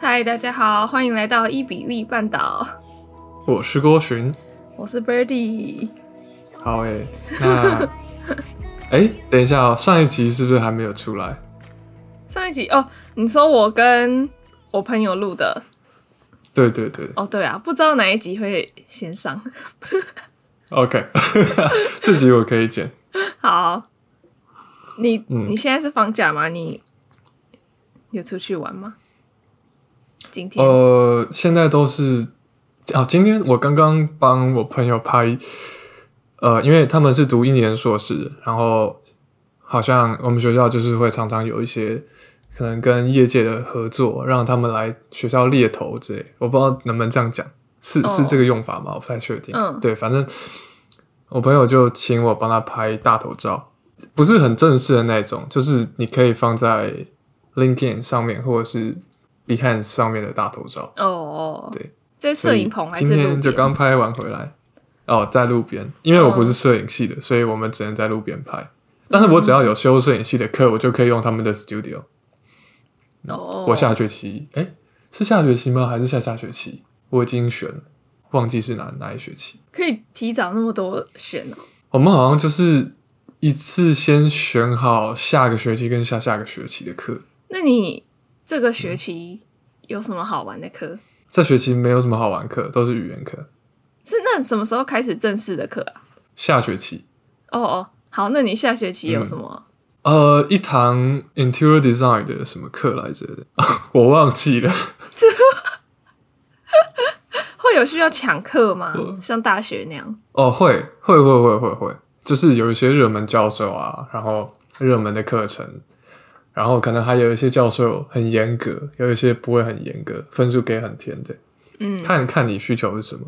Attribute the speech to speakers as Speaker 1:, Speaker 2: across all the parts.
Speaker 1: 嗨，大家好，欢迎来到伊比利半岛，
Speaker 2: 我是郭寻。
Speaker 1: 我是 Birdy。
Speaker 2: 好诶、那诶、等一下哦，上一集是不是还没有出来？
Speaker 1: 上一集哦，你说我跟我朋友录的
Speaker 2: 对对对
Speaker 1: 哦，对啊，不知道哪一集会先上。
Speaker 2: ，OK，这集我可以剪。
Speaker 1: 好，你、
Speaker 2: 嗯
Speaker 1: 你现在是放假吗？你有出去玩吗？今天、
Speaker 2: 呃，现在都是哦，今天我刚刚帮我朋友拍，呃，因为他们是读一年硕士，然后好像我们学校就是会常常有一些可能跟业界的合作，让他们来学校猎头之类，我不知道能不能这样讲，是
Speaker 1: 哦
Speaker 2: 是这个用法吗？我不太确定。
Speaker 1: 嗯
Speaker 2: 对，反正我朋友就请我帮他拍大头照，不是很正式的那种，就是你可以放在 LinkedIn 上面或者是 Behance 上面的大头照。
Speaker 1: 哦，
Speaker 2: 对，
Speaker 1: 在摄影棚还是
Speaker 2: 今
Speaker 1: 路
Speaker 2: 天就
Speaker 1: 边
Speaker 2: 刚拍完回来，哦，在路边，因为我不是摄影系的，
Speaker 1: 嗯
Speaker 2: 所以我们只能在路边拍。但是我只要有修摄影系的课，我就可以用他们的 studio。
Speaker 1: 哦，
Speaker 2: 我下学期，哎、是下学期吗？还是下下学期？我已经选了，忘记是哪哪一学期。
Speaker 1: 可以提早那么多选哦。
Speaker 2: 我们好像就是一次先选好下个学期跟下下个学期的课。
Speaker 1: 那你这个学期有什么好玩的课？
Speaker 2: 这学期没有什么好玩课，都是语言课。
Speaker 1: 是那什么时候开始正式的课啊？
Speaker 2: 下学期，
Speaker 1: 哦哦，好，那你下学期有什么？
Speaker 2: 呃，一堂 interior design 的什么课来着的， 我忘记了。
Speaker 1: 会有需要抢课吗？
Speaker 2: 我
Speaker 1: 像大学那样？
Speaker 2: 哦，会会会会会会，就是有一些热门教授啊，然后热门的课程，然后可能还有一些教授很严格，有一些不会很严格，分数给很甜的，
Speaker 1: 嗯，
Speaker 2: 看看你需求是什么。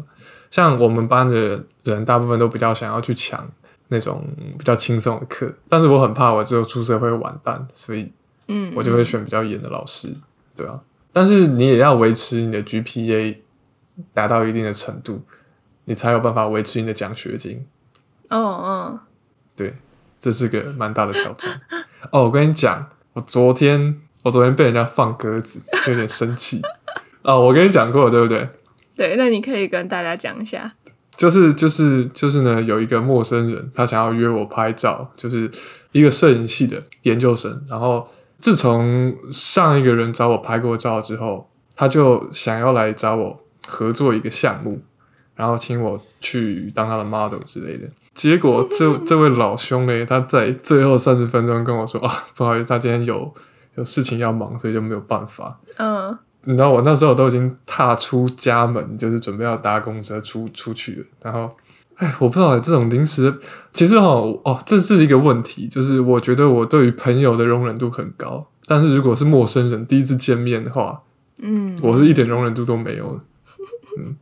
Speaker 2: 像我们班的人，大部分都比较想要去抢那种比较轻松的课，但是我很怕我之后出社会完蛋，所以
Speaker 1: 嗯，
Speaker 2: 我就会选比较严的老师，对啊。但是你也要维持你的 GPA 达到一定的程度，你才有办法维持你的奖学金。
Speaker 1: 嗯。哦
Speaker 2: 对，这是个蛮大的挑战。哦，我跟你讲，我昨天我昨天被人家放鸽子，有点生气。哦，我跟你讲过对不对？
Speaker 1: 嗯，对，那你可以跟大家讲一下。
Speaker 2: 就是就是就是呢，有一个陌生人，他想要约我拍照，就是一个摄影系的研究生。然后自从上一个人找我拍过照之后，他就想要来找我合作一个项目，然后请我去当他的 model 之类的。结果这这位老兄呢，他在最后三十分钟跟我说啊，不好意思，他今天有有事情要忙，所以就没有办法。
Speaker 1: 嗯，
Speaker 2: 你知道我那时候都已经踏出家门，就是准备要搭公车出出去了。然后，哎，我不知道这种临时的，其实哦哦，这是一个问题，就是我觉得我对于朋友的容忍度很高，但是如果是陌生人第一次见面的话，
Speaker 1: 嗯，
Speaker 2: 我是一点容忍度都没有的。嗯，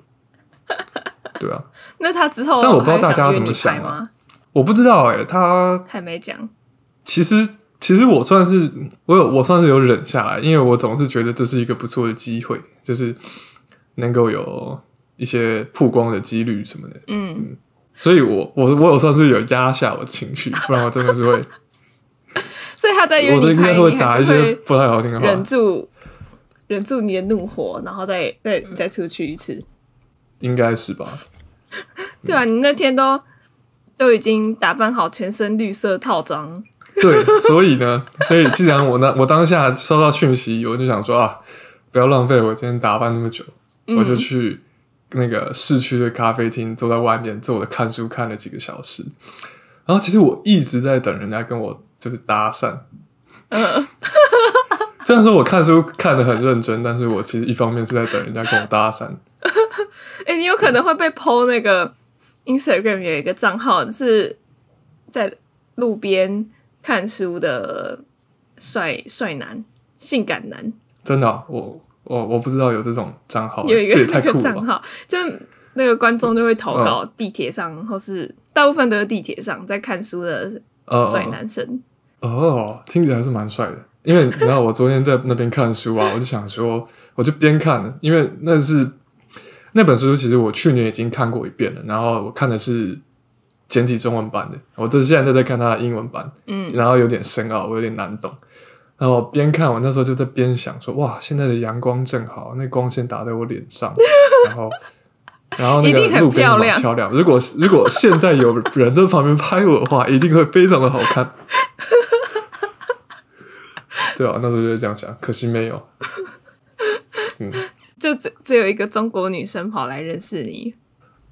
Speaker 2: 对啊，
Speaker 1: 那他之后，
Speaker 2: 但我不知道大家怎么想
Speaker 1: 想
Speaker 2: 啊
Speaker 1: 吗？
Speaker 2: 我不知道哎、他
Speaker 1: 还没讲。
Speaker 2: 其实其实我算是我有我算是有忍下来，因为我总是觉得这是一个不错的机会，就是能够有一些曝光的几率什么的，
Speaker 1: 嗯，
Speaker 2: 所以我我我有算是有压下我情绪，不然我真 的是会，
Speaker 1: 所以他在约
Speaker 2: 我
Speaker 1: 你
Speaker 2: 应
Speaker 1: 拍，
Speaker 2: 该
Speaker 1: 你
Speaker 2: 会
Speaker 1: 还
Speaker 2: 打
Speaker 1: 是
Speaker 2: 一些
Speaker 1: 会
Speaker 2: 不太好听的话。
Speaker 1: 忍住，忍住你的怒火，然后再再
Speaker 2: 嗯
Speaker 1: 再出去一次。
Speaker 2: 应该是吧？
Speaker 1: 对啊，你那天都都已经打扮好全身绿色套装，
Speaker 2: 对，所以呢，所以既然我那我当下收到讯息，我就想说啊，不要浪费我今天打扮那么久，
Speaker 1: 嗯
Speaker 2: 我就去那个市区的咖啡厅，坐在外面坐着看书看了几个小时。然后其实我一直在等人家跟我就是搭讪。
Speaker 1: 嗯
Speaker 2: 虽然说我看书看得很认真，但是我其实一方面是在等人家跟我搭讪。
Speaker 1: 哎、你有可能会被 PO 那个 Instagram 有一个账号是在路边看书的帅帅男、性感男，
Speaker 2: 真的哦、我我我不知道有这种账号，
Speaker 1: 有一
Speaker 2: 哦这也
Speaker 1: 个
Speaker 2: 太
Speaker 1: 那
Speaker 2: 酷
Speaker 1: 个
Speaker 2: 了
Speaker 1: 账
Speaker 2: 吧。嗯
Speaker 1: 号，就那个观众就会投稿地铁上，或是大部分都是地铁上在看书的
Speaker 2: 呃
Speaker 1: 帅男生。
Speaker 2: 哦，听起来还是蛮帅的。因为你知道，我昨天在那边看书啊，我就想说，我就边看了，因为那是那本书，其实我去年已经看过一遍了，然后我看的是简体中文版的，我这现在在看它的英文版，
Speaker 1: 嗯
Speaker 2: 然后有点深奥，我有点难懂。然后我边看，我那时候就在边想说，哇，现在的阳光正好，那光线打在我脸上， 然后，然后那
Speaker 1: 一定
Speaker 2: 个
Speaker 1: 很
Speaker 2: 路边
Speaker 1: 漂
Speaker 2: 蛮
Speaker 1: 亮
Speaker 2: 漂亮。如果如果现在有人在旁边拍我的话，一定会非常的好看。对啊，那时候就是这样想，可惜没有。嗯，
Speaker 1: 就只只有一个中国女生跑来认识你。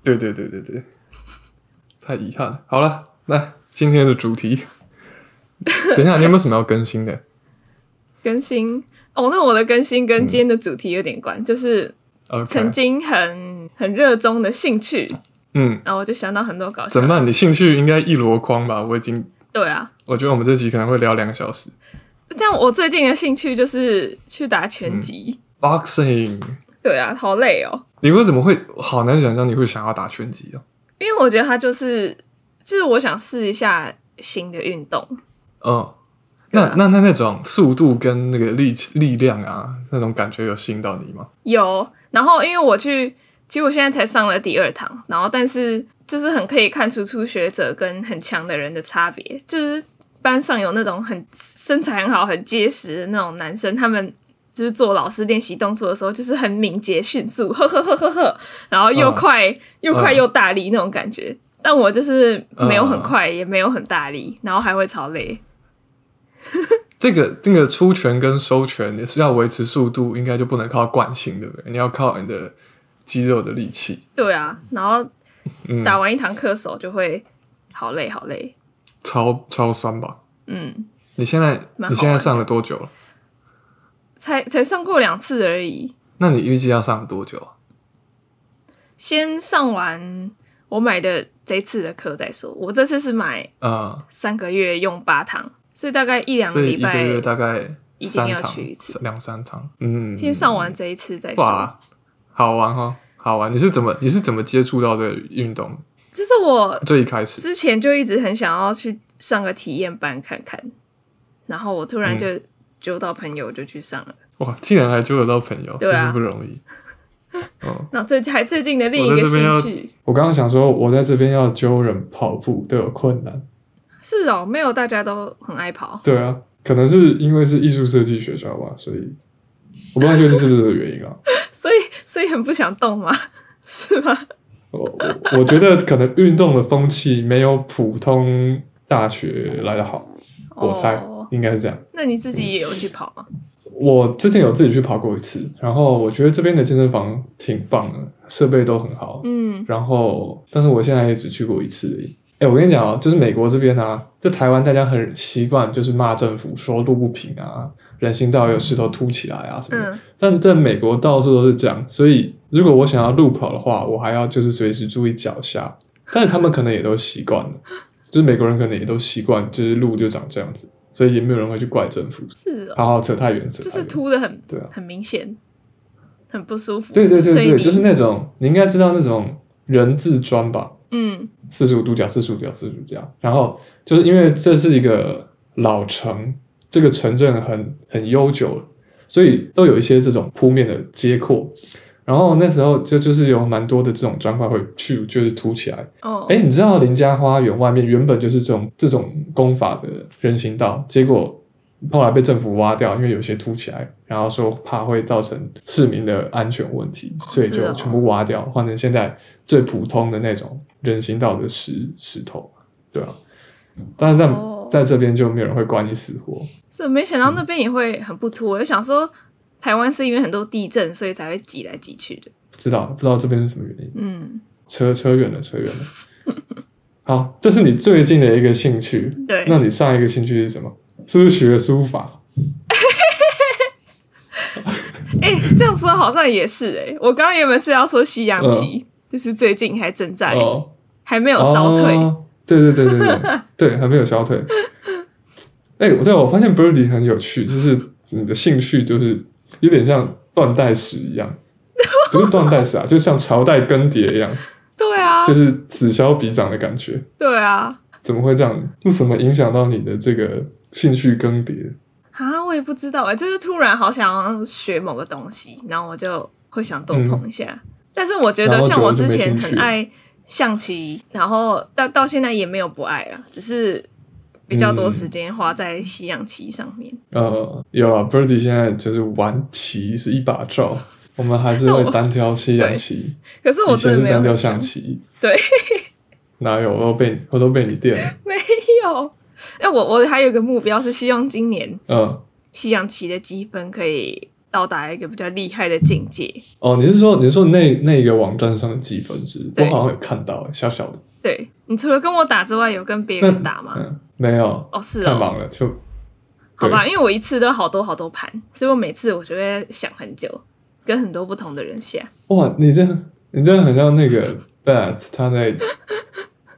Speaker 2: 对对对对对， 太遗憾了。好了，那今天的主题，等一下你有没有什么要更新的？
Speaker 1: 更新哦，那我的更新
Speaker 2: 嗯
Speaker 1: 跟今天的主题有点关，就是
Speaker 2: 呃，
Speaker 1: 曾经很很热衷的兴趣，
Speaker 2: 嗯，
Speaker 1: 然后我就想到很多搞笑的事。
Speaker 2: 怎么办？你兴趣应该一箩筐吧？我已经，
Speaker 1: 对啊，
Speaker 2: 我觉得我们这集可能会聊两个小时。
Speaker 1: 但我最近的兴趣就是去打拳击。
Speaker 2: Boxing，
Speaker 1: 对啊，好累哦，
Speaker 2: 你为什么会好难想象你会想要打拳击哦？
Speaker 1: 因为我觉得它就是就是我想试一下新的运动。
Speaker 2: 嗯，
Speaker 1: 对
Speaker 2: 那
Speaker 1: 啊
Speaker 2: 那那那种速度跟那个力力量啊，那种感觉有吸引到你吗？
Speaker 1: 有，然后因为我去，其实我现在才上了第二堂，然后但是就是很可以看出初学者跟很强的人的差别，就是班上有那种很身材很好、很结实的那种男生，他们。就是做老师练习动作的时候，就是很敏捷迅速， 呵呵呵呵呵，然后又
Speaker 2: 嗯
Speaker 1: 快、又快
Speaker 2: 嗯
Speaker 1: 又大力那种感觉。但我就是没有很
Speaker 2: 嗯
Speaker 1: 快，也没有很大力，然后还会超累。
Speaker 2: 这个那个出拳跟收拳也是要维持速度，应该就不能靠惯性，对不对？你要靠你的肌肉的力气。
Speaker 1: 对啊，然后
Speaker 2: 嗯，
Speaker 1: 打完一堂课手就会好累好累。
Speaker 2: 超超酸吧？
Speaker 1: 嗯，
Speaker 2: 你现在
Speaker 1: 蛮好玩的
Speaker 2: 你现在上了多久了？
Speaker 1: 才才上过两次而已。
Speaker 2: 那你预计要上多久啊？
Speaker 1: 先上完我买的这次的课再说。我这次是买
Speaker 2: 呃，
Speaker 1: 三个月用八堂，所以大概一两
Speaker 2: 所
Speaker 1: 个
Speaker 2: 以
Speaker 1: 礼
Speaker 2: 一个月
Speaker 1: 拜
Speaker 2: 大概
Speaker 1: 一定
Speaker 2: 三
Speaker 1: 要
Speaker 2: 堂
Speaker 1: 去一次，
Speaker 2: 两三堂。嗯，
Speaker 1: 先上完这一次再说。
Speaker 2: 哇，好玩哦，好玩！你是怎么你是怎么接触到这个运动的？
Speaker 1: 就是我
Speaker 2: 最一开始，
Speaker 1: 之前就一直很想要去上个体验班看看，然后我突然
Speaker 2: 嗯
Speaker 1: 就揪到朋友就去上了。
Speaker 2: 哇，竟然还交得到朋友，
Speaker 1: 对
Speaker 2: 真
Speaker 1: 啊
Speaker 2: 是不容易。哦，
Speaker 1: 那最还最近的另一个
Speaker 2: 我在这边要
Speaker 1: 兴趣
Speaker 2: 我刚刚想说，我在这边要揪人跑步都有困难。
Speaker 1: 是哦，没有大家都很爱跑。
Speaker 2: 对啊，可能是因为是艺术设计学校吧，所以我不太确定是不是这个原因啊。
Speaker 1: 所以所以很不想动吗？ 是吗？
Speaker 2: 我我我觉得可能运动的风气没有普通大学来的好，我猜
Speaker 1: 哦、
Speaker 2: 应该是这样。
Speaker 1: 那你自
Speaker 2: 嗯
Speaker 1: 己也有去跑吗？
Speaker 2: 我之前有自己去跑过一次，然后我觉得这边的健身房挺棒的，设备都很好。
Speaker 1: 嗯，
Speaker 2: 然后，但是我现在也只去过一次而已。哎，我跟你讲哦，就是美国这边啊，在台湾大家很习惯就是骂政府说路不平啊，人行道有石头凸起来啊什么的。
Speaker 1: 嗯，
Speaker 2: 但在美国到处都是这样，所以如果我想要路跑的话，我还要就是随时注意脚下。但是他们可能也都习惯了，就是美国人可能也都习惯，就是路就长这样子，所以也没有人会去怪政府。
Speaker 1: 是哦，
Speaker 2: 好好扯太远，扯太
Speaker 1: 就
Speaker 2: 远
Speaker 1: 是凸的很
Speaker 2: 对啊
Speaker 1: 很明显，很不舒服。
Speaker 2: 对对对
Speaker 1: 所以
Speaker 2: 对，
Speaker 1: 你
Speaker 2: 就是那种你应该知道那种人字砖吧，
Speaker 1: 嗯
Speaker 2: 四十五度角，四十五度角，四十五度角。然后就是因为这是一个老城，这个城镇很很悠久了，所以都有一些这种铺面的街廓。然后那时候就就是有蛮多的这种砖块会去就是凸起来。
Speaker 1: 哦，
Speaker 2: 哎，你知道林家花园外面原本就是这种这种工法的人行道，结果后来被政府挖掉，因为有些凸起来，然后说怕会造成市民的安全问题，所以
Speaker 1: 是
Speaker 2: 就
Speaker 1: 哦
Speaker 2: 全部挖掉，换成现在最普通的那种人行道的石石头，对啊。但是在、
Speaker 1: 哦
Speaker 2: 在这边就没有人会管你死活，
Speaker 1: 是没想到那边也会很不凸。我就想说，台湾是因为很多地震，所以才会挤来挤去的。
Speaker 2: 不知道不知道这边是什么原因。
Speaker 1: 嗯，
Speaker 2: 扯扯远了，扯远了。好，这是你最近的一个兴趣。
Speaker 1: 嗯对，
Speaker 2: 那你上一个兴趣是什么？是不是学书法？
Speaker 1: 哎、这样说好像也是哎、我刚刚原本是要说西洋棋，就是最近还正在、
Speaker 2: 哦，
Speaker 1: 还没有烧退。
Speaker 2: 哦对对对对 对对，还没有消退。哎、我对我发现 Birdy 很有趣，就是你的兴趣就是有点像断代史一 样，不是断代史啊，就像朝代更迭一样，
Speaker 1: 对啊，
Speaker 2: 就是此消彼长的感觉。
Speaker 1: 对啊，
Speaker 2: 怎么会这样？是什么影响到你的这个兴趣更迭？
Speaker 1: 啊，我也不知道哎、就是突然好想要学某个东西，然后我就会想多碰一下。但是我觉
Speaker 2: 嗯然
Speaker 1: 得
Speaker 2: 后
Speaker 1: 像
Speaker 2: 久了
Speaker 1: 我
Speaker 2: 就
Speaker 1: 之
Speaker 2: 没
Speaker 1: 前
Speaker 2: 兴趣
Speaker 1: 很爱象棋，然后到到现在也没有不爱了，只是比较
Speaker 2: 嗯
Speaker 1: 多时间花在西洋棋上面。
Speaker 2: 呃，有了 Birdy 现在就是玩棋是一把照，我们还是
Speaker 1: 那
Speaker 2: 会
Speaker 1: 我
Speaker 2: 单挑西洋棋，
Speaker 1: 可是 我
Speaker 2: 以前
Speaker 1: 真的
Speaker 2: 是
Speaker 1: 没
Speaker 2: 单
Speaker 1: 有
Speaker 2: 挑
Speaker 1: 很
Speaker 2: 象
Speaker 1: 强，
Speaker 2: 棋，
Speaker 1: 对，
Speaker 2: 哪有我都被我都被你电了，
Speaker 1: 没有。哎，我我还有一个目标是希望今年
Speaker 2: 嗯。
Speaker 1: 西洋棋的积分可以到达一个比较厉害的境界。
Speaker 2: 哦，你是说你是说那那个网站上的积分是不是？
Speaker 1: 对
Speaker 2: 我好像有看到、欸小小的。
Speaker 1: 对你除了跟我打之外，有跟别
Speaker 2: 那
Speaker 1: 人打 吗？
Speaker 2: 嗯，没有，
Speaker 1: 哦，是
Speaker 2: 太
Speaker 1: 哦，
Speaker 2: 忙了，就
Speaker 1: 好吧，因为我一次都好多好多盘，所以我每次我就会想很久，跟很多不同的人下。
Speaker 2: 哇，你这样你这样很像那个 Beth，他在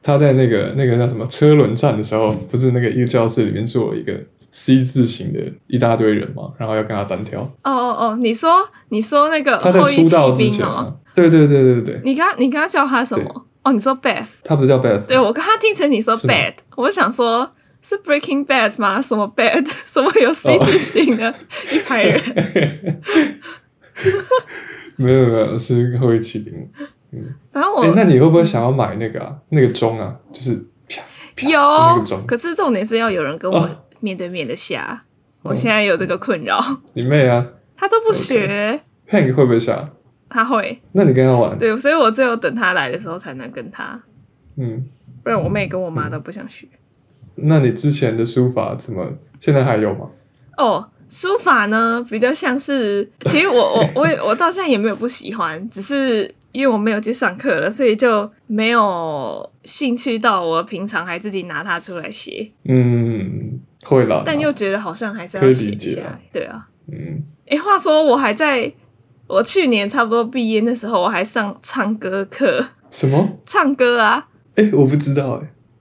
Speaker 2: 他在那个那个叫什么车轮战的时候，不是那个一个教室里面坐了一个 C 字形的一大堆人嘛，然后要跟他单挑。
Speaker 1: 哦哦哦，你说你说那个
Speaker 2: 他在
Speaker 1: 后羿
Speaker 2: 出道
Speaker 1: 骑
Speaker 2: 之
Speaker 1: 兵
Speaker 2: 前、
Speaker 1: 哦，
Speaker 2: 啊，对对对对对，
Speaker 1: 你刚你刚刚叫他什么？哦，你说 Beth，
Speaker 2: 他不是叫 Beth，
Speaker 1: 对我刚刚听成你说
Speaker 2: 是吗
Speaker 1: Bad，我就想说是 Breaking Bad 吗？什么 Bad？什 么有 C
Speaker 2: 哦
Speaker 1: 字形 的一排人？
Speaker 2: 没有没有是后羿骑兵。
Speaker 1: 反正我
Speaker 2: 哎、那你会不会想要买那个啊？那个钟啊，就是啪啪那个
Speaker 1: 有
Speaker 2: 钟，。
Speaker 1: 可是重点是要有人跟我
Speaker 2: 哦
Speaker 1: 面对面的下，
Speaker 2: 哦
Speaker 1: 我现在有这个困扰，
Speaker 2: 你妹啊
Speaker 1: 他都不学，
Speaker 2: ！Hank 会不会下？
Speaker 1: 他会。
Speaker 2: 那你跟他玩，
Speaker 1: 对，所以我只有等他来的时候才能跟他，
Speaker 2: 嗯，
Speaker 1: 不然我妹跟我妈都不想学。
Speaker 2: 那你之前的书法怎么现在还有吗？
Speaker 1: 哦，书法呢比较像是，其实我我我也我到现在也没有不喜欢，只是因为我没有去上课了，所以就没有兴趣到我平常还自己拿它出来写，
Speaker 2: 嗯，会啦，
Speaker 1: 但又觉得好像还是
Speaker 2: 可
Speaker 1: 要
Speaker 2: 以
Speaker 1: 写
Speaker 2: 理
Speaker 1: 一
Speaker 2: 解
Speaker 1: 下
Speaker 2: 啊
Speaker 1: 来。对啊，
Speaker 2: 嗯，
Speaker 1: 诶，话说我还在我去年差不多毕业那时候，我还上唱歌课，
Speaker 2: 什么？
Speaker 1: 唱歌啊，
Speaker 2: 哎、我不知道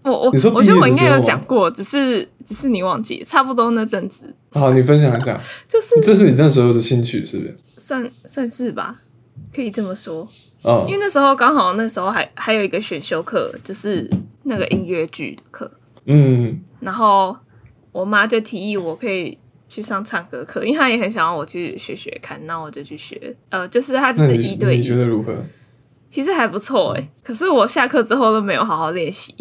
Speaker 2: 哎、
Speaker 1: 我我
Speaker 2: 你说
Speaker 1: 我
Speaker 2: 毕
Speaker 1: 觉得
Speaker 2: 业
Speaker 1: 我
Speaker 2: 的
Speaker 1: 应
Speaker 2: 时
Speaker 1: 该
Speaker 2: 候
Speaker 1: 有
Speaker 2: 吗
Speaker 1: 讲过，只是只是你忘记，差不多那阵子
Speaker 2: 好，你分享一下，
Speaker 1: 就是
Speaker 2: 这是你那时候的兴趣是不是？
Speaker 1: 算算是吧，可以这么说。因为
Speaker 2: 嗯
Speaker 1: 那时候刚好那时候还还有一个选修课，就是那个音乐剧的课，
Speaker 2: 嗯，
Speaker 1: 然后我妈就提议我可以去上唱歌课，因为她也很想要我去学学看，那我就去学。呃，就是她就
Speaker 2: 那
Speaker 1: 是
Speaker 2: 你
Speaker 1: 一对
Speaker 2: 你觉
Speaker 1: 一，
Speaker 2: 得如何？
Speaker 1: 其实还不错诶、可是我下课之后都没有好好练习。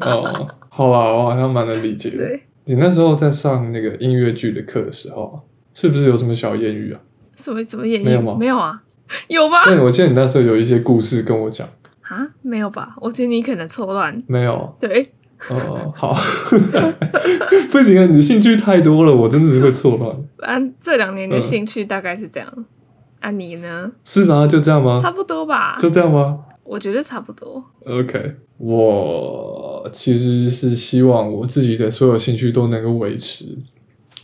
Speaker 2: 哦，好啦，我好像蛮能理解的。
Speaker 1: 对，
Speaker 2: 你那时候在上那个音乐剧的课的时候啊，是不是有什么小艳遇啊？
Speaker 1: 什么什么演
Speaker 2: 没有
Speaker 1: 绎
Speaker 2: 吗
Speaker 1: 没有啊？有吗？
Speaker 2: 但我记得你那时候有一些故事跟我讲，
Speaker 1: 啊，没有吧？我觉得你可能错乱。
Speaker 2: 没有？啊
Speaker 1: 对，
Speaker 2: 哦，好， 不行啊，你的兴趣太多了，我真的是会错乱，
Speaker 1: 反正啊这两年的
Speaker 2: 嗯
Speaker 1: 兴趣大概是这样。啊，你呢？
Speaker 2: 是吗？就这样
Speaker 1: 差
Speaker 2: 吗？
Speaker 1: 不多吧，
Speaker 2: 就这样吗？
Speaker 1: 我觉得差不多。
Speaker 2: OK，我其实是希望我自己的所有兴趣都能够维持，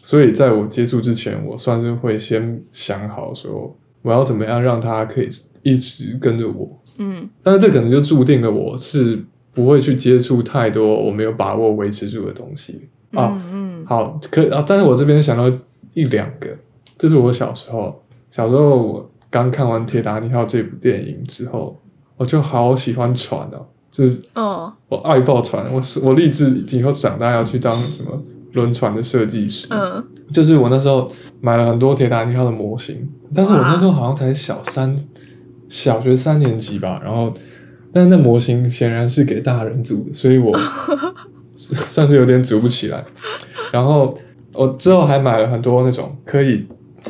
Speaker 2: 所以在我接触之前，我算是会先想好说我要怎么样让它可以一直跟着我。
Speaker 1: 嗯，
Speaker 2: 但是这可能就注定了我是不会去接触太多我没有把握维持住的东西啊。
Speaker 1: 嗯嗯
Speaker 2: 好，可啊，但是我这边想到一两个，这是我小时候，小时候我刚看完《铁达尼号》这部电影之后，我就好喜欢船哦，就是
Speaker 1: 哦
Speaker 2: 我爱爆船，我是我立志以后长大要去当什么轮船的设计师，
Speaker 1: 嗯
Speaker 2: 就是我那时候买了很多《铁达尼号》的模型，但是我
Speaker 1: 哇
Speaker 2: 那时候好像才小三，小学三年级吧，然后，但那模型显然是给大人组的，所以我是算是有点组不起来。然后我之后还买了很多那种可以，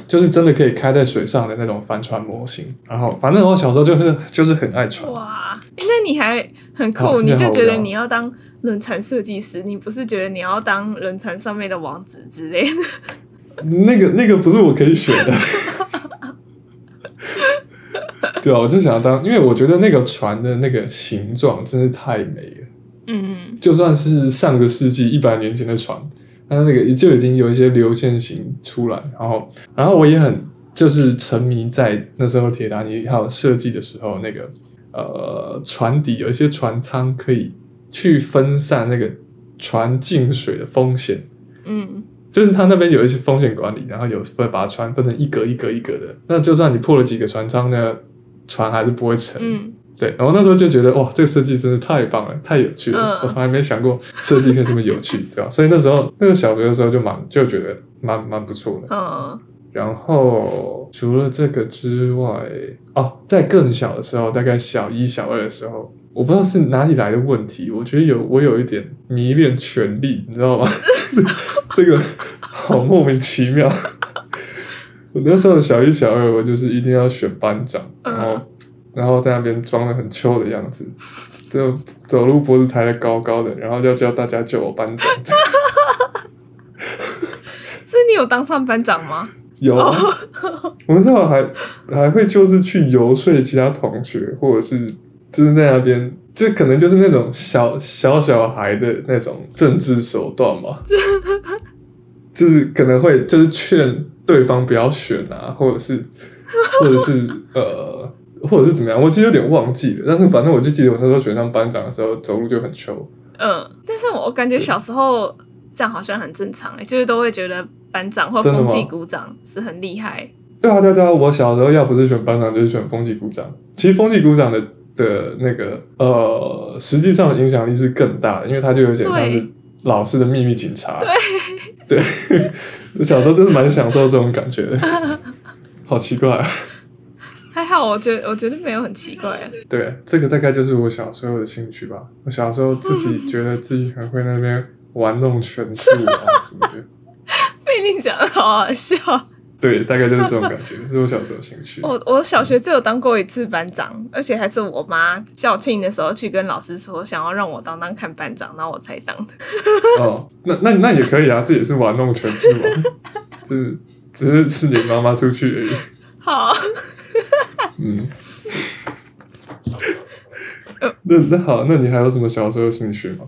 Speaker 2: 就是真的可以开在水上的那种帆船模型。然后反正我小时候就是就是很爱船，
Speaker 1: 哇，诶那你还很
Speaker 2: 好
Speaker 1: 酷，
Speaker 2: 这个
Speaker 1: 你
Speaker 2: 好
Speaker 1: 就
Speaker 2: 无
Speaker 1: 觉
Speaker 2: 聊
Speaker 1: 得你要当轮船设计师，你不是觉得你要当轮船上面的王子之类的？
Speaker 2: 那个那个不是我可以选的。对啊，我就想当，因为我觉得那个船的那个形状真是太美了，
Speaker 1: 嗯嗯
Speaker 2: 就算是上个世纪一百年前的船，它那个就已经有一些流线型出来。然后，然后我也很就是沉迷在那时候铁达尼号设计的时候，那个呃船底有一些船舱可以去分散那个船进水的风险，
Speaker 1: 嗯，
Speaker 2: 就是他那边有一些风险管理，然后有分把船分成一格一格一格的，那就算你破了几个船舱呢，船还是不会沉。
Speaker 1: 嗯，
Speaker 2: 对，然后那时候就觉得哇，这个设计真是太棒了，太有趣了，
Speaker 1: 嗯
Speaker 2: 我从来没想过设计可以这么有趣，对吧？所以那时候那个小学的时候就蛮就觉得蛮蛮不错的。
Speaker 1: 哦
Speaker 2: 然后除了这个之外，哦，在更小的时候，大概小一、小二的时候，我不知道是哪里来的问题，我觉得有我有一点迷恋权力，你知道吗？ 这个 好莫名其妙。 我那时候的小一、小二，我就是一定要选班长，然后然后在那边装的很秋的样子，就走路脖子抬得高高的，然后要叫大家叫我班长。
Speaker 1: 所以你有当上班长吗？
Speaker 2: 有，
Speaker 1: 哦
Speaker 2: 我那时候还还会就是去游说其他同学，或者是就是在那边，就可能就是那种小小小孩的那种政治手段嘛，就是可能会就是劝对方不要选啊，或者是或者是 呃。或者是怎么样，我其实有点忘记了，但是反正我就记得我那时候选上班长的时候，走路就很抽。
Speaker 1: 嗯，但是我感觉小时候这样好像很正常、欸，就是都会觉得班长或
Speaker 2: 真的
Speaker 1: 风
Speaker 2: 吗
Speaker 1: 纪股长是很厉害。
Speaker 2: 对啊，对啊，对啊！我小时候要不是选班长，就是选风纪股长。其实风纪股长的的那个呃，实际上的影响力是更大的，因为他就有点像是
Speaker 1: 对
Speaker 2: 老师的秘密警察。对， 我小时候真的蛮享受这种感觉的，好奇怪、啊。
Speaker 1: 还好，我觉得我觉得没有很奇怪、啊。
Speaker 2: 对，这个大概就是我小时候的兴趣吧。我小时候自己觉得自己很会那边玩弄拳术啊什么的。
Speaker 1: 被你讲的好好笑。
Speaker 2: 对，大概就是这种感觉，这是我小时候的兴趣。
Speaker 1: 我我小学只有当过一次班长，而且还是我妈校庆的时候去跟老师说想要让我当当看班长，然后我才当的。
Speaker 2: 哦，那那那也可以啊，这也是玩弄权术啊，这只是是你妈妈出去而已。
Speaker 1: 好，
Speaker 2: 嗯，那那好，那你还有什么小时候兴趣吗？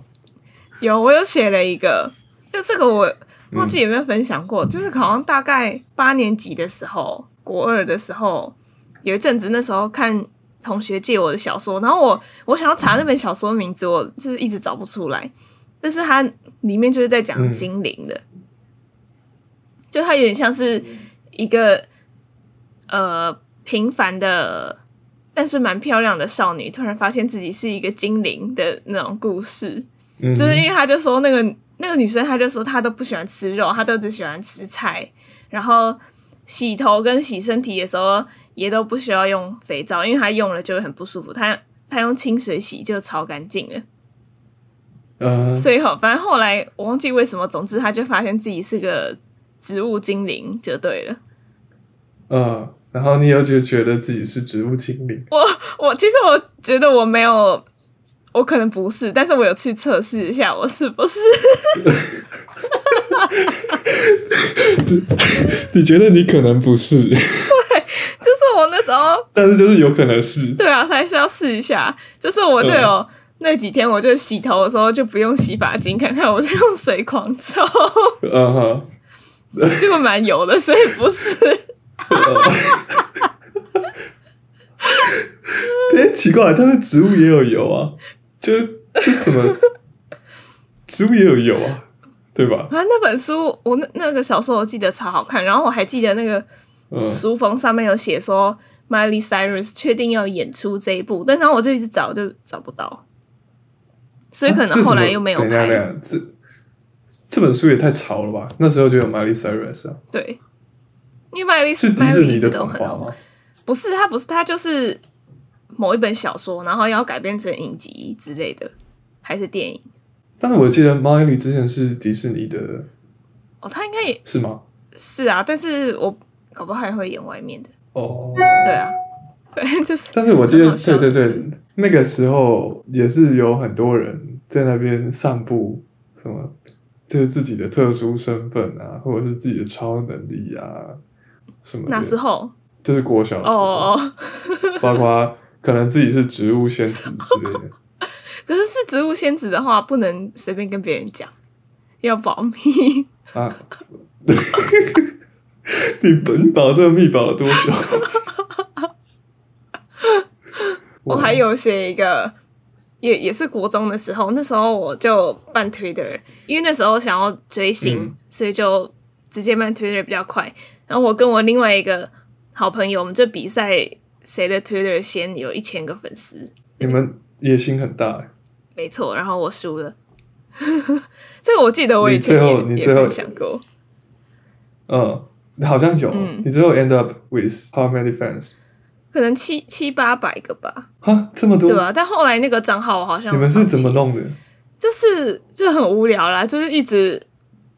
Speaker 1: 有我有写了一个，就这个我忘记有没有分享过，就是好像大概八年级的时候，国二的时候，有一阵子那时候看同学借我的小说，然后我我想要查那本小说名字，我就是一直找不出来，但是它里面就是在讲
Speaker 2: 嗯
Speaker 1: 精灵的，就它有点像是一个呃平凡的。但是蛮漂亮的少女，突然发现自己是一个精灵的那种故事，
Speaker 2: 嗯，
Speaker 1: 就是因为他就说那个那个女生，她就说她都不喜欢吃肉，她都只喜欢吃菜，然后洗头跟洗身体的时候也都不需要用肥皂，因为她用了就会很不舒服。她她用清水洗就超干净了，
Speaker 2: 呃，
Speaker 1: 所以后反正后来我忘记为什么，总之她就发现自己是个植物精灵，就对了。
Speaker 2: 呃，然后你有就觉得自己是植物精灵，
Speaker 1: 我其实我觉得我没有，我可能不是，但是我有去测试一下我是不是。
Speaker 2: 你觉得你可能不是，
Speaker 1: 就是我那时候
Speaker 2: 但是就是有可能 是。
Speaker 1: 对啊，还是要试一下。就是我
Speaker 2: 啊
Speaker 1: 就有、那几天，我就洗头的时候就不用洗发精，看看我就用水狂抽，
Speaker 2: 嗯哼，
Speaker 1: 结果蛮油的，所以不是。 啊
Speaker 2: 别奇怪，但是植物也有油啊，就是这什么，植物也有油啊，对吧？
Speaker 1: 啊，那本书我那那个小说我记得超好看，然后我还记得那个
Speaker 2: 嗯，
Speaker 1: 书封上面有写说 Miley Cyrus 确定要演出这一部，但然后我就一直找就找不到，所以
Speaker 2: 啊
Speaker 1: 可能后来又没有
Speaker 2: 等一下，等
Speaker 1: 拍。
Speaker 2: 一下，这这本书也太潮了吧？那时候就有 Miley Cyrus 啊，
Speaker 1: 对，因为 Miley
Speaker 2: 是迪士
Speaker 1: Miley
Speaker 2: 尼
Speaker 1: 一
Speaker 2: 的
Speaker 1: 直都
Speaker 2: 童
Speaker 1: 很
Speaker 2: 话
Speaker 1: 红。
Speaker 2: 吗？
Speaker 1: 不是，它不是，它就是某一本小说，然后要改编成影集之类的，还是电影？
Speaker 2: 但是我记得 Miley 之前是迪士尼的，
Speaker 1: 哦，它应该也
Speaker 2: 是吗？
Speaker 1: 是啊，但是我搞不好还会演外面的。
Speaker 2: 哦，
Speaker 1: 对啊， 反正就是
Speaker 2: 但是我记得，
Speaker 1: 很好笑
Speaker 2: 对对对
Speaker 1: 是，
Speaker 2: 那个时候也是有很多人在那边散步，什么就是自己的特殊身份啊，或者是自己的超能力啊，什么的
Speaker 1: 那时候
Speaker 2: 就是国小的
Speaker 1: 哦
Speaker 2: 时候，
Speaker 1: 哦，哦
Speaker 2: 包括可能自己是植物仙子之类的。
Speaker 1: 可是是植物仙子的话，不能随便跟别人讲，要保密。
Speaker 2: 啊， 你本保这个密保了多久？ 嗯
Speaker 1: 我还有写一个，也也是国中的时候，那时候我就办 Twitter，因为那时候想要追星，
Speaker 2: 嗯
Speaker 1: 所以就直接办 Twitter 比较快。然后我跟我另外一个好朋友，我们就比赛谁的 Twitter 先有一千个粉丝，
Speaker 2: 你们野心很大欸，
Speaker 1: 没错。然后我输了， 这个我记得我以前
Speaker 2: 你最后
Speaker 1: 也
Speaker 2: 你最后
Speaker 1: 也分享过，
Speaker 2: 嗯，好像有。
Speaker 1: 嗯
Speaker 2: 你最后 end up with how many fans？
Speaker 1: 可能七七八百个吧，
Speaker 2: 哈，这么多
Speaker 1: 对，吧、但后来那个账号我好像
Speaker 2: 你们是怎么
Speaker 1: 放弃？
Speaker 2: 弄的？
Speaker 1: 就是就很无聊啦，就是一直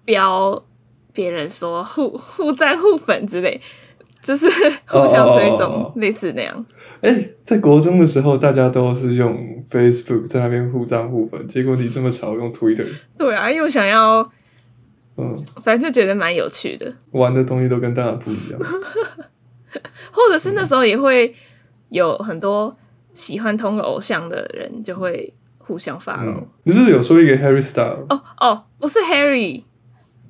Speaker 1: 标别人说互互赞互粉之类，就是互相追
Speaker 2: 哦哦哦哦
Speaker 1: 踪，类似那样。
Speaker 2: 哎、在国中的时候，大家都是用 Facebook 在那边互赞互粉，结果你这么潮用 Twitter，
Speaker 1: 对啊，因为我想要，
Speaker 2: 嗯，
Speaker 1: 反正就觉得蛮有趣的，
Speaker 2: 玩的东西都跟大家不一样。
Speaker 1: 或者是那时候也会有很多喜欢同个偶像的人就会互相发喽、
Speaker 2: 嗯，你是不是有说一个 Harry Style？
Speaker 1: 哦哦，不是 Harry，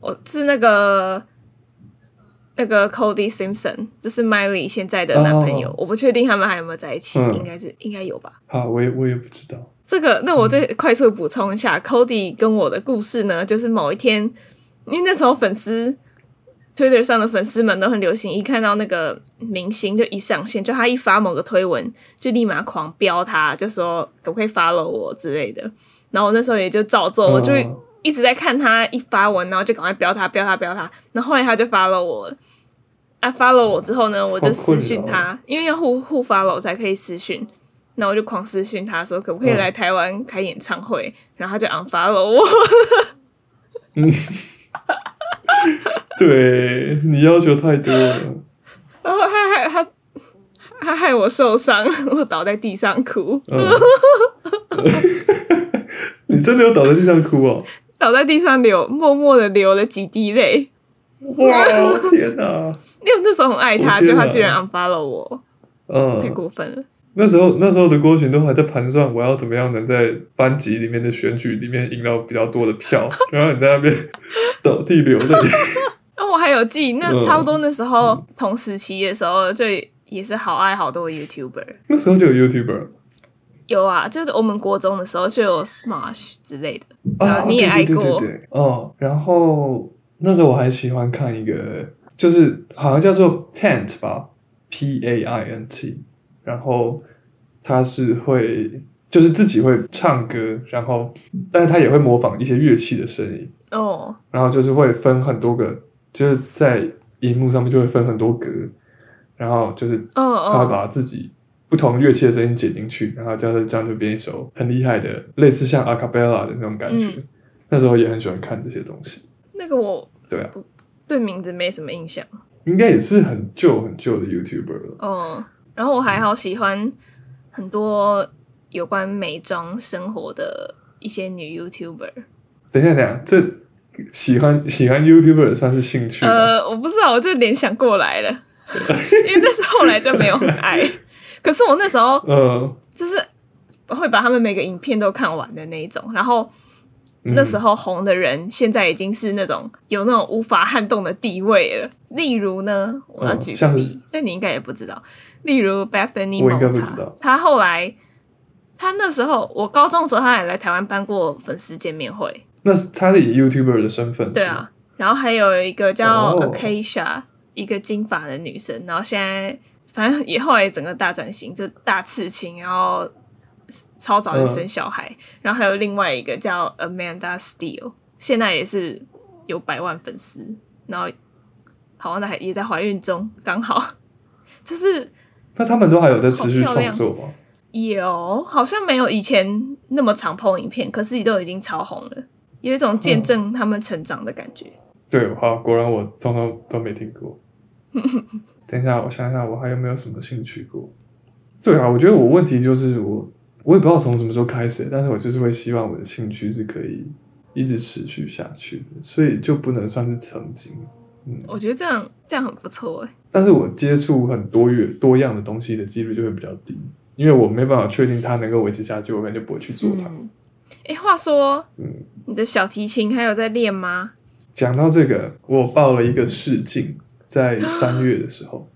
Speaker 1: 我是那个那个 Cody Simpson，就是 Miley 现在的男朋友。
Speaker 2: 哦
Speaker 1: 我不确定他们还有没有在一起，
Speaker 2: 嗯
Speaker 1: 应该是应该有吧。
Speaker 2: 好，我也我也不知道。
Speaker 1: 这个，那我
Speaker 2: 嗯
Speaker 1: 再快速补充一下、c o d y 跟我的故事呢，就是某一天，因为那时候粉丝 Twitter 上的粉丝们都很流行，一看到那个明星就一上线，就他一发某个推文，就立马狂飙他，就说可不可以 follow 我之类的。然后我那时候也就照做，我就
Speaker 2: 嗯
Speaker 1: 一直在看他一发文，然后就赶快标他标他标他。然后后来他就 follow 我了，啊 follow 我之后呢，我就私讯
Speaker 2: 嗯好啊
Speaker 1: 他，因为要互互 follow 才可以私讯。那我就狂私讯他说可不可以
Speaker 2: 嗯
Speaker 1: 来台湾开演唱会，然后他就 unfollow 我。
Speaker 2: 嗯 对你要求太多了。
Speaker 1: 然后他还他他害我受伤，我倒在地上哭，
Speaker 2: 嗯， 你真的有倒在地上哭哦？
Speaker 1: 倒在地上流，默默的流了几滴泪。
Speaker 2: 哇，天哪、
Speaker 1: 因为我那时候很爱他，
Speaker 2: 我天
Speaker 1: 就
Speaker 2: 啊
Speaker 1: 他居然 unfollow 我，太
Speaker 2: 嗯，
Speaker 1: 过分了。
Speaker 2: 那时候那时候的郭群都还在盘算我要怎么样能在班级里面的选举里面赢到比较多的票，然后你在那边倒地流泪。
Speaker 1: 那我还有记，那
Speaker 2: 嗯
Speaker 1: 差不多那时候、同时期的时候，就也是好爱好多 YouTuber。
Speaker 2: 那时候就有 YouTuber
Speaker 1: 有啊，就是我们国中的时候就有 Smash 之类的，
Speaker 2: 啊，
Speaker 1: 呃你也
Speaker 2: 对
Speaker 1: 爱
Speaker 2: 对
Speaker 1: 过
Speaker 2: 对对对，哦，然后那时候我还喜欢看一个，就是好像叫做 Paint 吧，P A I N T，然后他是会就是自己会唱歌，然后但是他也会模仿一些乐器的声音，
Speaker 1: 哦，
Speaker 2: 然后就是会分很多个，就是在荧幕上面就会分很多格，然后就是
Speaker 1: 哦哦
Speaker 2: 他会把自己不同乐器的声音剪进去，然后这样就这样就变一首很厉害的，类似像 a cappella 的那种感觉。
Speaker 1: 嗯
Speaker 2: 那时候也很喜欢看这些东西，
Speaker 1: 那个我
Speaker 2: 对啊，
Speaker 1: 对名字没什么印象。
Speaker 2: 应该也是很旧很旧的 YouTuber 了。
Speaker 1: 嗯，然后我还好喜欢很多有关美妆生活的一些女 YouTuber。
Speaker 2: 等一下，等一下，这喜欢喜欢 YouTuber 算是兴趣吗？
Speaker 1: 呃，我不知道，我就联想过来了，因为那是后来就没有很爱。可是我那时候
Speaker 2: 呃，
Speaker 1: 就是会把他们每个影片都看完的那一种，然后
Speaker 2: 嗯
Speaker 1: 那时候红的人，现在已经是那种有那种无法撼动的地位了。例如呢，我要
Speaker 2: 嗯
Speaker 1: 举个
Speaker 2: 像
Speaker 1: 例，
Speaker 2: 是
Speaker 1: 但你应该也不知道。例如 Bethany
Speaker 2: 我应该
Speaker 1: 蒙
Speaker 2: 不
Speaker 1: 查
Speaker 2: 知道，
Speaker 1: 她后来，她那时候我高中的时候，她也来台湾办过粉丝见面会，
Speaker 2: 那是他是以 YouTuber 的身份，
Speaker 1: 对啊。然后还有一个叫
Speaker 2: 哦
Speaker 1: Acacia，、一个金发的女生，然后现在反正也后来整个大转型，就大刺青，然后超早就生小孩。然后还有另外一个叫 Amanda Steele，现在也是有百万粉丝，然后好像还也在怀孕中，刚好就是
Speaker 2: 是吗。那他们都还有在持续
Speaker 1: 好漂
Speaker 2: 创
Speaker 1: 亮
Speaker 2: 作吗？
Speaker 1: 有好像没有以前那么长碰影片，可是都已经超红了，有一种见证他们成长的感觉。
Speaker 2: 对，好，果然我通通都没听过。 等一下，我想想，我还有没有什么兴趣过？对啊，我觉得我问题就是我，我也不知道从什么时候开始，但是我就是会希望我的兴趣是可以一直持续下去的，所以就不能算是曾经。嗯，
Speaker 1: 我觉得这样这样很不错哎、
Speaker 2: 但是我接触很多越多样的东西的几率就会比较低，因为我没办法确定它能够维持下去，我可能就不会去做它。
Speaker 1: 嗯，哎、话说，
Speaker 2: 嗯
Speaker 1: 你的小提琴还有在练吗？
Speaker 2: 讲到这个，我报了一个试镜，在三月的时候。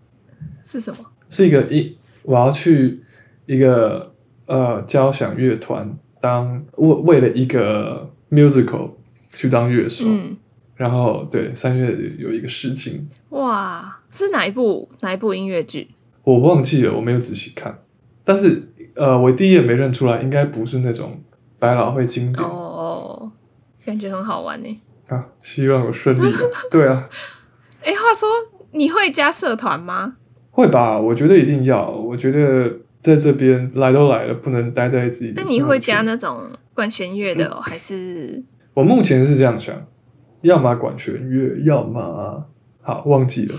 Speaker 1: 是什么？
Speaker 2: 是一个一我要去一个呃交响乐团当为为了一个 musical 去当乐手，
Speaker 1: 嗯，
Speaker 2: 然后对三月有一个试镜，
Speaker 1: 哇，是哪一部哪一部音乐剧？
Speaker 2: 我忘记了，我没有仔细看，但是呃我第一眼没认出来，应该不是那种百老汇经典、
Speaker 1: 哦，感觉很好玩呢。
Speaker 2: 啊， 希望我顺利、啊，对啊，
Speaker 1: 哎、话说你会加社团吗？
Speaker 2: 会吧？我觉得一定要。我觉得在这边来都来了，不能待在自己的
Speaker 1: 那
Speaker 2: 生活
Speaker 1: 你
Speaker 2: 圈。
Speaker 1: 会加那种管弦乐的、哦，还是
Speaker 2: 我目前是这样想，要么管弦乐，要么好忘记了，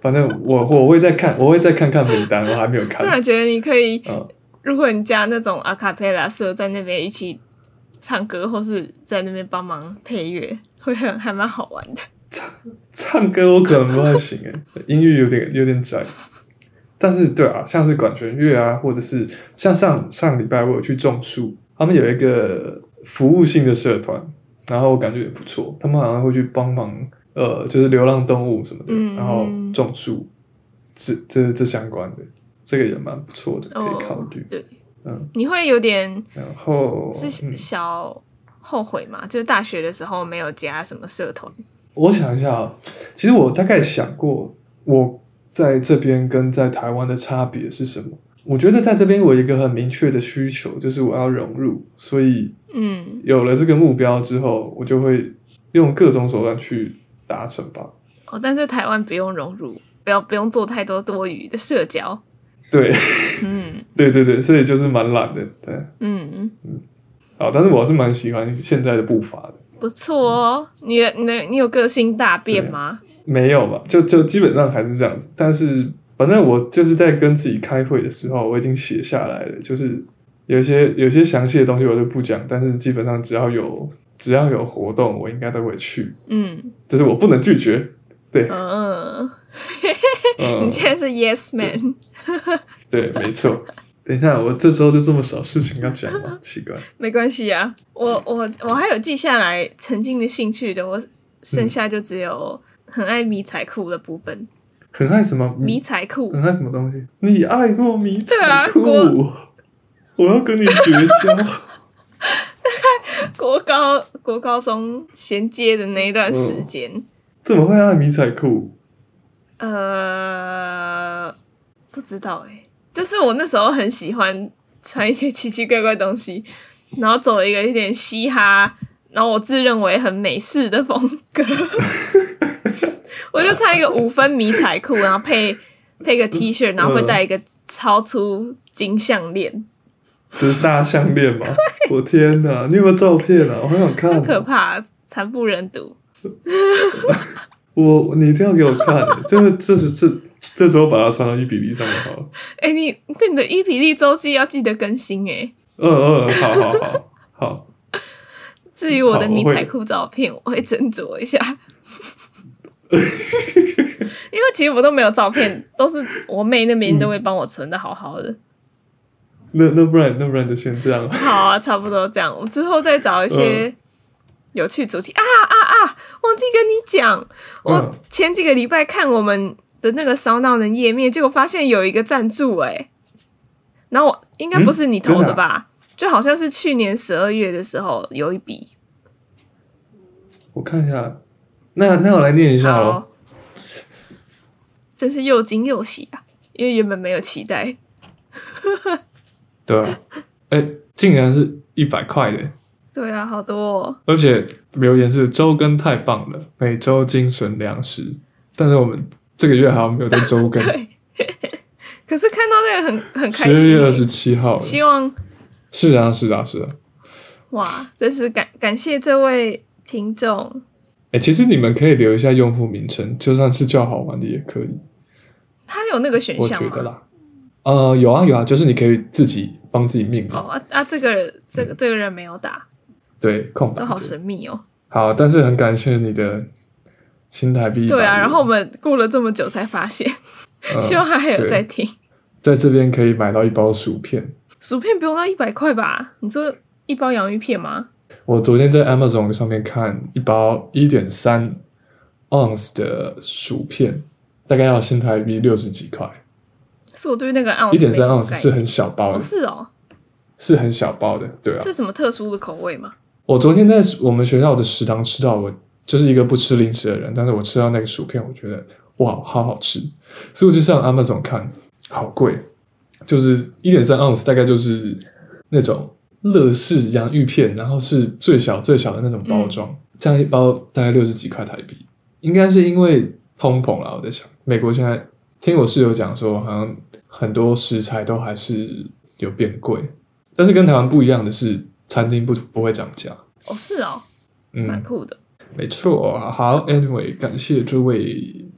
Speaker 2: 反正我我会再看，我会再看看名单，我还没有
Speaker 1: 突
Speaker 2: 看。
Speaker 1: 然觉得你可以，
Speaker 2: 嗯
Speaker 1: 如果你加那种阿卡贝拉社在那边一起唱歌，或是在那边帮忙配乐，会很还蛮好玩的。
Speaker 2: 唱歌我可能不太行诶，音域有点有点窄。但是对啊，像是管弦乐啊，或者是像上上礼拜我有去种树，他们有一个服务性的社团，然后我感觉也不错，他们好像会去帮忙呃，就是流浪动物什么的，
Speaker 1: 嗯
Speaker 2: 然后种树，这这这相关的，这个也蛮不错的，可以考虑。
Speaker 1: 对，
Speaker 2: 嗯，
Speaker 1: 你会有点
Speaker 2: 然后嗯
Speaker 1: 是小后悔吗？就是大学的时候没有加什么社团，
Speaker 2: 我想一下啊，其实我大概想过，我在这边跟在台湾的差别是什么？我觉得在这边我有一个很明确的需求，就是我要融入，所以
Speaker 1: 嗯
Speaker 2: 有了这个目标之后，我就会用各种手段去达成吧。
Speaker 1: 哦，但是台湾不用融入，不要不用做太多多余的社交，
Speaker 2: 对，
Speaker 1: 嗯
Speaker 2: 对对对，所以就是蛮懒的，对，
Speaker 1: 嗯，
Speaker 2: 好，但是我是蛮喜欢现在的步伐的。
Speaker 1: 不错哦。你的你的你有个性大变吗？
Speaker 2: 没有吧？就就基本上还是这样子。但是反正我就是在跟自己开会的时候，我已经写下来了，就是有一些有一些详细的东西我就不讲，但是基本上只要有只要有活动，我应该都会去，
Speaker 1: 嗯
Speaker 2: 这是我不能拒绝。对，
Speaker 1: 嗯，
Speaker 2: 嗯
Speaker 1: 你，现在是 Yes Man，
Speaker 2: 对，没错。等一下，我这周就这么少事情要讲 吗？奇怪，
Speaker 1: 没关系啊。我我我还有记下来曾经的兴趣的，我剩下就只有很爱迷彩裤的部分，
Speaker 2: 很爱什么
Speaker 1: 迷彩裤。
Speaker 2: 很爱什么东西？你爱过迷彩裤？
Speaker 1: 对啊
Speaker 2: 我要跟你绝交。
Speaker 1: 国高国高中衔接的那一段时间，
Speaker 2: 怎么会爱迷彩裤？
Speaker 1: 呃，不知道哎、就是我那时候很喜欢穿一些奇奇怪怪东西，然后走一个有点嘻哈，然后我自认为很美式的风格， 我就穿一个五分迷彩裤，然后配配个 T 恤，然后会戴一个超粗金项链，
Speaker 2: 这是大项链吗？ 我天哪！你有没有照片啊？我很想看、
Speaker 1: 很可怕，惨不忍睹。
Speaker 2: 我你一定要给我看， 就是这是这这周把它传到一比一上面好了。
Speaker 1: 哎、你对你的伊比利周记要记得更新哎、
Speaker 2: 嗯嗯，嗯好好好好，
Speaker 1: 至于我的
Speaker 2: 好我
Speaker 1: 迷
Speaker 2: 会
Speaker 1: 彩裤照片，我会斟酌一下， 因为其实我都没有照片，都是我妹那边都会帮我存的好好的。
Speaker 2: 那那不然那不然就先这样。
Speaker 1: 好啊，差不多这样。我之后再找一些
Speaker 2: 嗯
Speaker 1: 有趣主题、啊啊啊！忘记跟你讲，我
Speaker 2: 嗯
Speaker 1: 前几个礼拜看我们的那个烧脑人页面，结果发现有一个赞助哎、然后我应该不是你
Speaker 2: 嗯
Speaker 1: 投的
Speaker 2: 啊
Speaker 1: 吧？就好像是去年十二月的时候有一笔，
Speaker 2: 我看一下，那那我来念一下
Speaker 1: 好
Speaker 2: 哦。，
Speaker 1: 真是又惊又喜啊！因为原本没有期待，
Speaker 3: 对啊，哎、竟然是一百块的，
Speaker 1: 对啊，好多、哦，
Speaker 3: 而且留言是周更太棒了，每周精神粮食。但是我们这个月好像没有在周 更，
Speaker 1: 对。可是看到那个很很
Speaker 3: 十
Speaker 1: 开
Speaker 3: 二
Speaker 1: 心
Speaker 3: 月
Speaker 1: 欸，
Speaker 3: 二十七号 了。
Speaker 1: 希望
Speaker 3: 是啊，是啊，是啊。
Speaker 1: 哇，真是感感谢这位听众，
Speaker 3: 哎、其实你们可以留一下用户名称，就算是叫好玩的也可以，
Speaker 1: 他有那个选
Speaker 3: 我
Speaker 1: 项
Speaker 3: 觉得
Speaker 1: 吗？
Speaker 3: 啦。呃，有啊有啊，就是你可以自己帮自己命名
Speaker 1: 哦，啊啊，这个这个这个人没有打，
Speaker 3: 对，空白
Speaker 1: 都好
Speaker 3: 的
Speaker 1: 神秘哦。
Speaker 3: 好，但是很感谢你的新台币100元。
Speaker 1: 对啊，然后我们过了这么久才发现，
Speaker 3: 嗯
Speaker 1: 希望他还有
Speaker 3: 对
Speaker 1: 在听。
Speaker 3: 在这边可以买到一包薯片。
Speaker 1: 薯片不用到一百块吧？你说一包洋芋片吗？
Speaker 3: 我昨天在 Amazon 上面看一包一点三 ounce 的薯片，大概要新台币六十几块。
Speaker 1: 是我对那个盎司
Speaker 3: 一点三
Speaker 1: 没什么
Speaker 3: ounce
Speaker 1: 概
Speaker 3: 是
Speaker 1: 念
Speaker 3: 很小包
Speaker 1: 哦，
Speaker 3: 的，
Speaker 1: 是哦，
Speaker 3: 是很小包的，对啊。
Speaker 1: 是什么特殊的口味吗？
Speaker 3: 我昨天在我们学校的食堂吃到，我就是一个不吃零食的人，但是我吃到那个薯片，我觉得哇，好好吃，所以我就上 Amazon 看，好贵，就是一点三盎司，大概就是那种乐事洋芋片，然后是最小最小的那种包装，这样一包大概六十几块台币，应该是因为通膨啦，我在想，美国现在
Speaker 2: 听我室友讲说，好像很多食材都还是有变贵，但是跟台湾不一样的是，餐厅不不会涨价。
Speaker 1: 哦，是哦，蛮
Speaker 2: 嗯，
Speaker 1: 酷的。
Speaker 2: 没错。好，Anyway，感谢诸位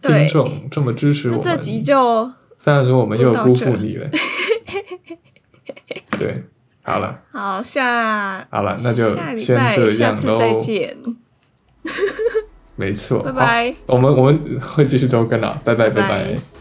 Speaker 1: 对
Speaker 2: 听众这么支持
Speaker 1: 那
Speaker 2: 我
Speaker 1: 这
Speaker 2: 们。
Speaker 1: 集就
Speaker 2: 虽然说我们又
Speaker 1: 录到
Speaker 2: 辜
Speaker 1: 这
Speaker 2: 负你了，对，好了
Speaker 1: 好，下
Speaker 2: 好了，那就
Speaker 1: 下礼
Speaker 2: 先
Speaker 1: 拜
Speaker 2: 这
Speaker 1: 下
Speaker 2: 样
Speaker 1: 次
Speaker 2: 喽。
Speaker 1: 再见，
Speaker 2: 没错，
Speaker 1: 拜拜。
Speaker 2: 好。我们我们会继续周更了，拜拜
Speaker 1: 拜
Speaker 2: 拜
Speaker 1: 拜
Speaker 2: 拜